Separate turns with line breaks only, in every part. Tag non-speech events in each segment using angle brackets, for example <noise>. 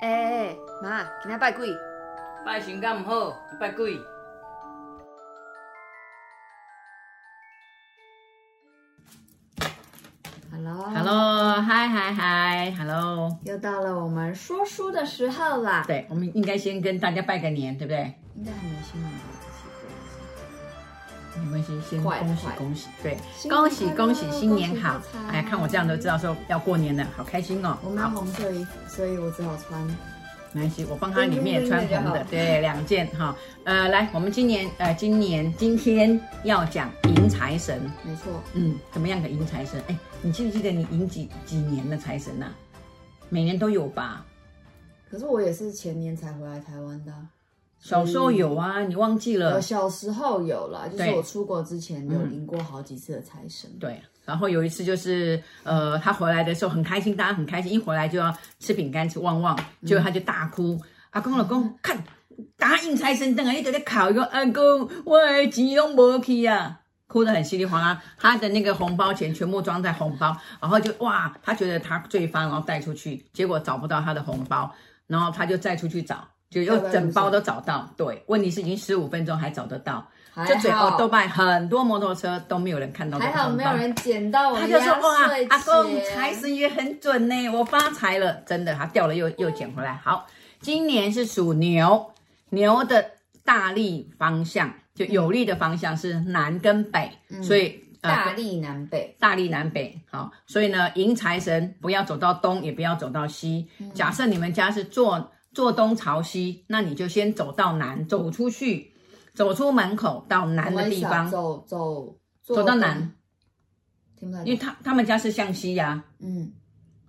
哎、欸，妈，今仔拜鬼，
拜神敢毋好，拜鬼。
Hello，
Hello，嗨嗨嗨，Hello。
又到了我们说书的时候啦。
对，我们应该先跟大家拜个年，对不对？
应该还没新年吧？
没关系，先
快
恭喜
快
恭喜，对，
新年
恭喜
快乐
恭喜，新年好
恭喜发！财
哎，看我这样都知道说要过年了，好开心哦。
我妈
好，
红色衣服，所以我只好穿。
没关系，我帮她里面也穿
对对对
红的
就好，
对，两件哈。呃，来，我们今年呃，今年今天要讲迎财神，
没错，
嗯，怎么样个迎财神？哎，你记不记得你迎几几年的财神呐、啊每年都有吧？
可是我也是前年才回来台湾的啊。
小时候有啊，你忘记了
呃，？小时候有啦，就是
对
我出国之前有赢过好几次的财神。
对，然后有一次就是，呃，他回来的时候很开心，大家很开心，一回来就要吃饼干吃旺旺，结果他就大哭，阿公老公看，答应财神灯啊，一直在考一个阿公，我的钱拢无去啊。哭得很稀里哗啦，他的那个红包钱全部装在红包，然后就哇，他觉得他最方，然后带出去，结果找不到他的红包，然后他就再出去找，就又整包都找到。对，问题是已经十五分钟还找得到，
还
就嘴哦
好，
都拜很多摩托车都没有人看到这个
还
红包，
好没有人捡到我
他
的
就说
压
哇
岁，
阿公
钱
财神爷很准呢，我发财了，真的，他掉了又又捡回来。好，今年是属牛，牛的大力方向就有利的方向是南跟北，所以
嗯
呃
大力南北，
大力南北，好，所以呢，迎财神不要走到东，也不要走到西。
嗯
假设你们家是坐坐东朝西，那你就先走到南，走出去，走出门口到南的地
我很少
方，
走走
走到南，，
听不太
因为
懂。
他他们家是向西呀、
嗯，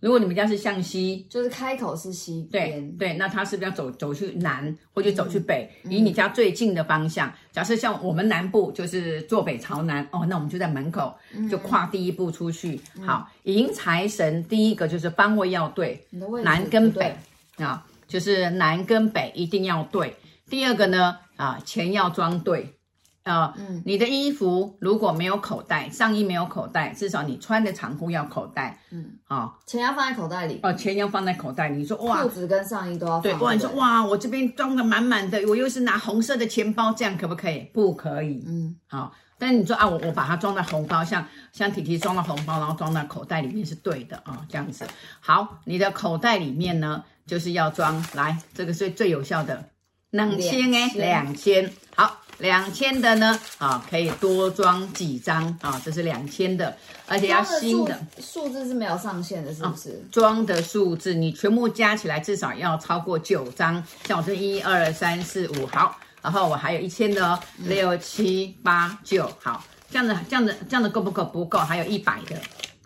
如果你们家是向西，
就是开口是西
对
边，嗯
对，那他是不是要走走去南，或者走去北，以你家最近的方向？假设像我们南部就是坐北朝南，哦，那我们就在门口
嗯
就跨第一步出去。好，迎财神第一个就是方位要对，
你的位置
南跟
不对
北啊，就是南跟北一定要对。第二个呢，啊，钱要装对。啊，
嗯
你的衣服如果没有口袋，上衣没有口袋，至少你穿的长裤要口袋。嗯，啊，
钱要放在口袋里，
哦，钱要放在口袋。你说哇
裤，子跟上衣都要放。
对，不然你说
对
哇，我这边装的满满的，我又是拿红色的钱包，这样可不可以？不可以。
嗯，
好。但是你说啊，我我把它装在红包，像像体体装了红包，然后装在口袋里面是对的啊、这样子。好，你的口袋里面呢，就是要装来，这个是最有效的，两千哎，两
两
千。好，两千的呢，啊，可以多装几张啊，这是两千的，而且要
装的
新的。哦
数数字是没有上限的，是不是？
装的数字，你全部加起来至少要超过九张。像我这一二三四五，好，然后我还有一千的哦，
嗯
六七八九，好，这样的这样的这样的够不够？不够，还有一百的，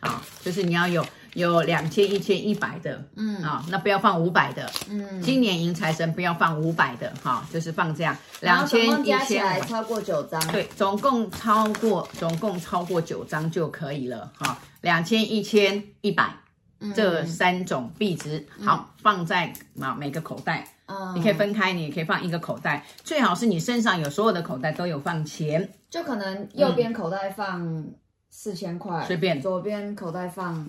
好，就是你要有有两千、一千、一百的，嗯，啊，那不要放五百的，嗯，今年迎财神不要放五百的，哈，就是放这样
然
两
后总
千、
共
一
加起
千
来。超过九张，
对，总共超过总共超过九张就可以了哈，两千、一千、一百，
嗯
这三种币值，好放在啊每个口袋，
嗯，
你可以分开，你也可以放一个口袋，最好是你身上有所有的口袋都有放钱，
就可能右边口袋放四千块，
嗯随便
左边口袋放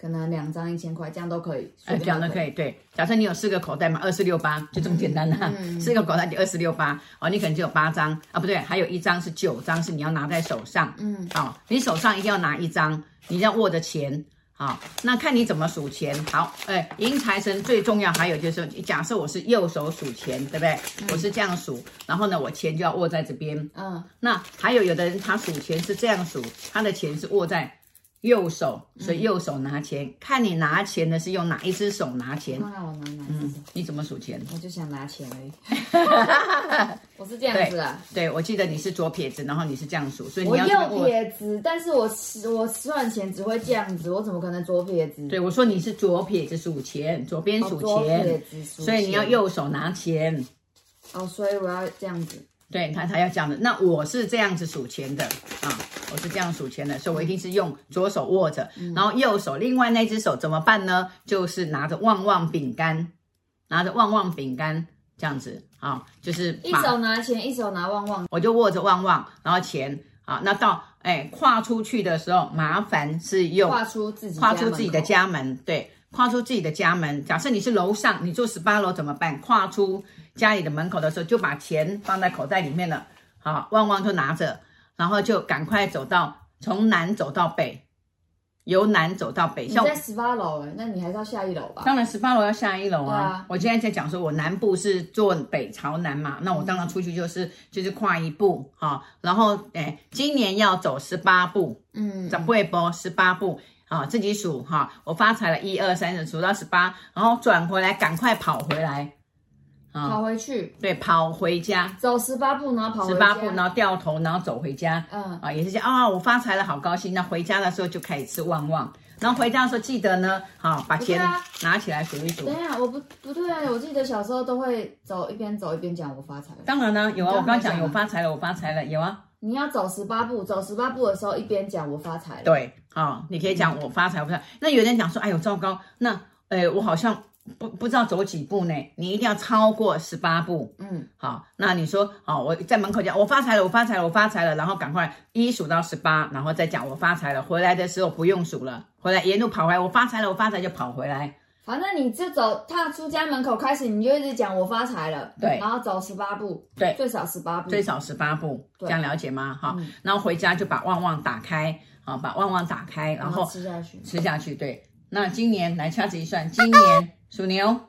可能两张一千块，这样都可以，
呃，这样都
随便
可以。对，假设你有四个口袋嘛，二四六八就这么简单啦、 <laughs> 四个口袋就二四六八哦，你可能只有八张啊，不对，还有一张是九张是你要拿在手上，嗯，哦，你手上一定要拿一张，你要握着钱。好，那看你怎么数钱。好，哎，迎财神最重要还有就是，假设我是右手数钱，对不对？
嗯
我是这样数，然后呢，我钱就要握在这边。
都可以，嗯，
那还有有的人他数钱是这样数，他的钱是握在右手，
嗯
所以右手拿钱。看你拿钱的是用哪一只手拿钱，
刚刚我拿哪一张？
你怎么数钱？
我就想拿钱
<laughs>
而已，我是这样子啊。
对，我记得你是左撇子，然后你是这样数，所以你
我
要这边
右
握。
撇子，但是我吃我算钱只会这样子，我怎么可能左撇子？
对，我说你是左撇子数钱，左边
哦，
数
左撇
钱，
子数
所以你要
钱
右手拿钱。
哦，所以我要这样子，
对他，他要这样的。那我是这样子数钱的啊，我是这样数钱的，所以我一定是用左手握着，然后右手另外那只手怎么办呢？就是拿着旺旺饼干，拿着旺旺饼干这样子啊，就是
一
把
手拿钱，一手拿旺旺，
我就握着旺旺，然后钱啊，那到哎跨出去的时候，麻烦是用
画出自己
跨出自己的
家
家门，对。跨出自己的家门。假设你是楼上，你住十八楼怎么办？跨出家里的门口的时候，就把钱放在口袋里面了。好，旺旺就拿着，然后就赶快走到从南走到北，由南走到北。
你
像我
在十八楼哎，那你还是要下一楼吧？
当然十八楼要下一楼啊。
对啊
我今天在讲说，我南部是坐北朝南嘛，那
嗯
我当然出去就是就是跨一步啊、然后哎，今年要走十八步，
嗯，
长辈波十八步啊，自己数哈、我发财了，一二三四，数到十八，然后转回来，赶快跑回来啊，
跑回去，
对，跑回家，
走十八步，然后跑回
十
家
八步，然后掉头，然后走回家，
嗯
啊，也是这样啊，我发财了，好高兴。那回家的时候就开始吃旺旺，然后回家的时候记得呢，好、把
不对
钱
啊
拿起来数一数
等。一下，我不不对啊！我记得小时候都会走一边走一边讲我发财了。
当然呢，有啊，我
你刚
刚
刚
刚讲
讲
有
了
发财了，我发财了，有啊，
你要走十八步，走十八步的时候一边讲我发财了。
对，啊、你可以讲我发财，我发财。那有人讲说，哎呦，糟糕，那，呃，我好像不不知道走几步呢，你一定要超过十八步。
嗯，
好，那你说，哦，我在门口讲我发财了，我发财了，我发财了，然后赶快一数到十八，然后再讲我发财了。回来的时候不用数了，回来沿路跑回来，我发财了，我发财就跑回来。
反正你就走踏出家门口开始，你就一直讲我发财了。
对
然后走十八步，
对
最少十八步。
最少十八步，
嗯
这
对
样了解吗？哈、
嗯
然后回家就把旺旺打开，啊，把旺旺打开，然
然
后
后吃下去。
吃下去。对，那今年来掐指一算，今年属牛，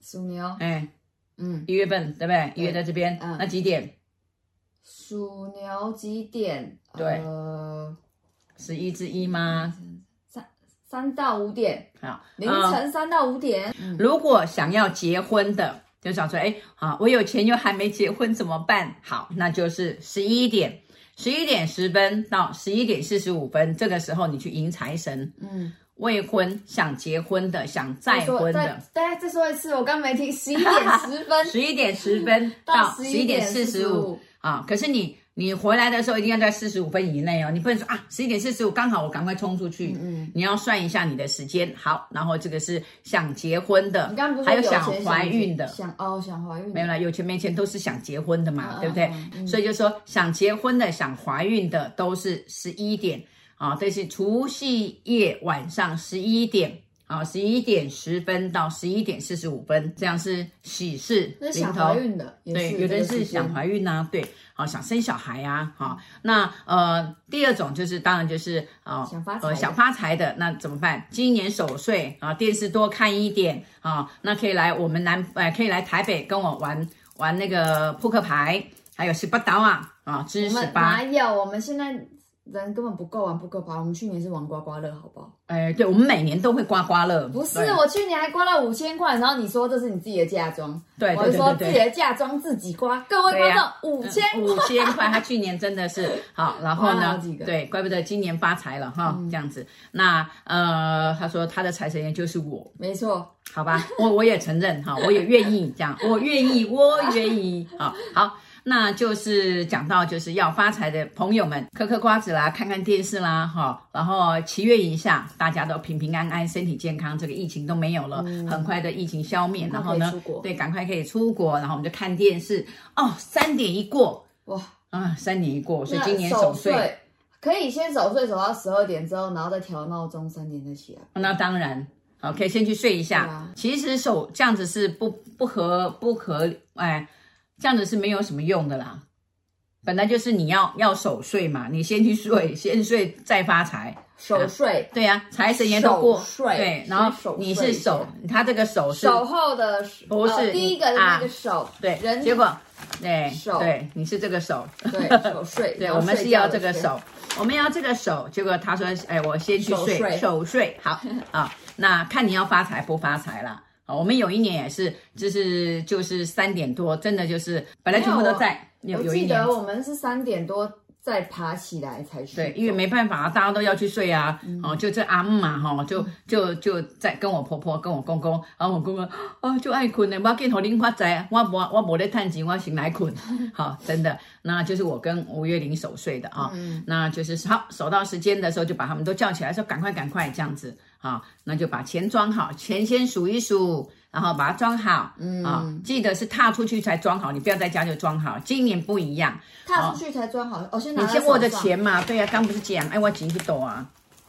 属牛，
哎，
嗯，
一月份对不对？一
对
月在这边，
嗯
那几点？
属牛几点？
对
呃，
十一至一吗？
三到五点，
好，
凌
嗯
晨三到五点。嗯，
如果想要结婚的，就想说，哎，啊，我有钱又还没结婚怎么办？好，那就是十一点，十一点十分到十一点四十五分，这个时候你去迎财神。
嗯，
未婚想结婚的，想
再
再
说
婚
再
的，
大家再说一次，我刚没听，十一点十分
<laughs> 十一点十分到
到
十
十
一
一
点
点
四
四
十
十
五
五
啊，可是你你回来的时候一定要在四十五分以内哦，你不能说啊十一点四十五刚好我赶快冲出去，
嗯
你要算一下你的时间。好，然后这个是想结婚的，
你刚刚不是
还有
说
想
钱
怀孕的。
想哦想怀孕的
没有啦，有钱没钱都是想结婚的嘛，
嗯
对不对？
嗯嗯
所以就说想结婚的、想怀孕的都是十一点啊，这是除夕夜晚上十一点啊，十一点十分到十一点四十五分，这样是喜事
那
领
想
头
怀。孕的也
对，
是，
有的人
这个
是
时间
想怀孕呐、对，好、想生小孩呀、好、那呃，第二种就是当然就是啊、
想发财
呃
的
想发财的，那怎么办？今年守岁啊、电视多看一点啊、那可以来我们南呃，可以来台北跟我玩玩那个扑克牌，还有十八刀啊啊，知
我
十
们
八
哪，有？我们现在人根本不够玩扑克牌，我们去年是玩刮刮乐，好不好？
哎、对，我们每年都会刮刮乐，
不是
嗯对，
我去年还刮了五千块，然后你说这是你自己的嫁妆，
对
我就
对对
说
对
自
对
己的嫁妆自己刮，各位
对啊嗯
观
呀
众五千
五千块，他去年真的是好，然后
花了
呢
好几，个嗯
对，怪不得今年发财了哈，这样子。那呃，他说他的财神爷就是我，
没错，
好吧，我我也承认哈，
<laughs>
我也愿意这样，我愿意，我愿意，好好。那就是讲到就是要发财的朋友们，嗑嗑瓜子啦，看看电视啦，哈，然后祈愿一下，大家都平平安安，身体健康，这个疫情都没有了，很快的疫情消灭，然
嗯赶快
后
可以
呢
出国，
对，赶快可以出国，然后我们就看电视，哦，三点一过，
哇！
啊，三年一过，所以
那
今年守
守
岁，
岁可以先守岁守到十二点之后，然后再调闹钟三点再起来。
哦那当然，好，可以先去睡一
嗯
下。
对啊
其实守这样子是不不合不合，哎，这样子是没有什么用的啦。本来就是你要要守岁嘛，你先去睡，
嗯
先睡再发财。
守岁，
对呀、财神爷都过
守岁
对，
先
然后
守
你
岁
是
一下
守，他这个守是
守候的
不是
呃第一个的那
啊
个
<laughs>
守，
对，
人
结果对
守
对，你是这个守，
对守岁
对，
然后
我们是
睡觉
要
的
这个
时候
手，我们要这个手。结果他说：“哎，我先去
守
睡，
睡
守睡。”
<laughs>
好啊，那看你要发财不发财啦。啊，我们有一年也是，就是就是三点多，真的就是本来全部都在，有
我
有一
记
年
得我们是三点多再爬起来才去。
对，因为没办法啊，大家都要去睡啊。哦，就这阿姆嘛，哈、就就就在跟我婆婆、跟我公公，然后我公公哦就爱困呢，我给头零发财，啊我我我没得探钱，我醒来困。好，真的，那就是我跟吴月玲守睡的啊。那就是好守到时间的时候，就把他们都叫起来，说赶快赶快这样子啊。那就把钱装好，钱先数一数，然后把它装好。嗯啊，记得是踏出去才装好，你不要在家就装好。今年不一样。
踏出去才装好。哦，先拿
你
在
先握着
手上。
钱嘛，对呀、啊，刚不是讲，哎，我钱去抖啊，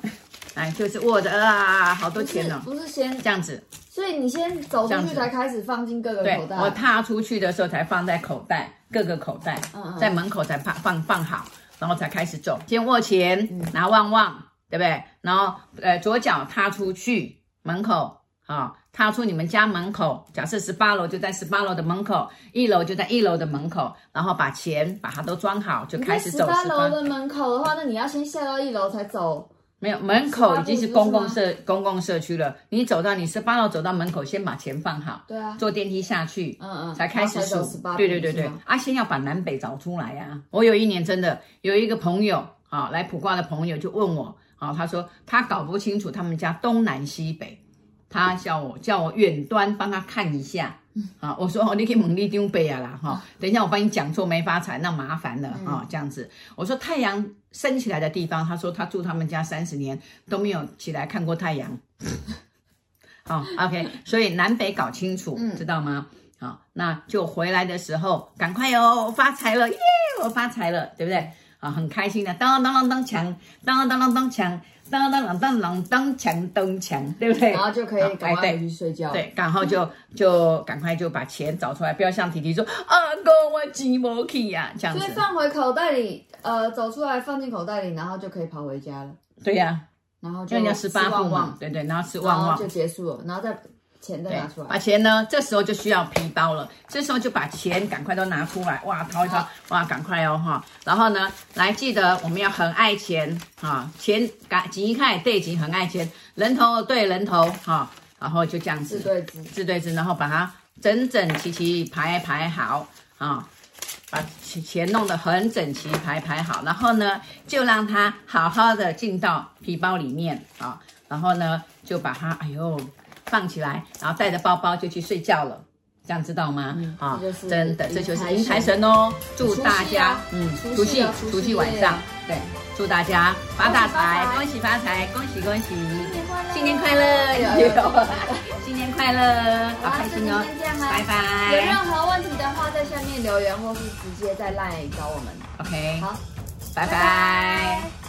<laughs> 来就是我的啊，好多
不是
钱哦，
不是先，
这样子。
所以你先走出
这样
去
子
才开始放进各个
对
口，袋。
我踏出去的时候才放在口袋，各个口袋，
嗯嗯
在门口才放放放好，然后才开始走。先握钱，
嗯
拿旺旺，对不对？然后呃，左脚踏出去门口，啊、踏出你们家门口。假设十八楼就在十八楼的门口，一楼就在一楼的门口，然后把钱把它都装好，就
你
开
在
始
十
走
八
十八
楼。的门口的话，那你要先下到一楼才走。
没有，门口已经是
18
公共社公共社区了。你走到你十八楼走到门口，先把钱放好，
对啊，
坐电梯下去，
嗯嗯，
才开始数
十八。。
对对对对，啊，先要把南北找出来呀、我有一年真的有一个朋友啊，来普卦的朋友就问我啊，他说他搞不清楚他们家东南西北，他叫我叫我远端帮他看一下。
嗯
啊，我说哦，你可以猛力丢北啊啦哈、等一下我帮你讲错没发财，那麻烦了啊、
嗯
这样子。我说太阳升起来的地方，他说他住他们家三十年都没有起来看过太阳。好、o
<laughs>
k 哦所以南北搞清楚，
嗯
知道吗？好，那就回来的时候赶快哦，我发财了耶！我发财了，对不对？啊，很开心的，当当当当锵，当当当当锵，当当当当当当锵当锵，对不对？
然后就可
好
以赶
哎
快
对
回去睡觉。
对，然后就就赶快就把钱找出来，不要像弟弟说啊哥我寂寞去呀这样
所以
子。
放回口袋里，呃，走出来放进口袋里，然后就可以跑回家了。
对呀、
然后就
因为人家十八
望
步嘛
望，，
对对，然后吃
然
旺旺
后就，结束了，然后再钱再
对
拿出，来
把。钱呢，这时候就需要皮包了，这时候就把钱赶快都拿出来，哇，掏一掏
好，
哇，赶快哦哈。然后呢，来记得我们要很爱钱啊，钱赶紧一看对紧，很爱钱，人头对人头哈，然后就这样
是
子，
对子，
字对字，然后把它整整齐齐排排好啊。把钱钱弄得很整齐，排排好，然后呢，就让它好好的进到皮包里面啊，然后呢，就把它哎呦放起来，然后带着包包就去睡觉了，这样知道吗？
嗯
啊
这就是
真的，
迎
这就是
财
迎财
神
神哦！祝
除
大
夕
家
啊
嗯，除
除
夕
夕啊除
除
夕
夕晚
夜
上对，祝大家发大
恭喜发
财，
财
恭喜发财，恭喜恭喜，
新
新年
年
快
快
乐哎
乐！
<laughs> 有，新年快乐，好
好
开
啦
心哦
就先这样！啦
拜
有任
拜
何问题的话，在下面留言或是直接在 LINE 找我们。
，OK，
好，
拜拜。
拜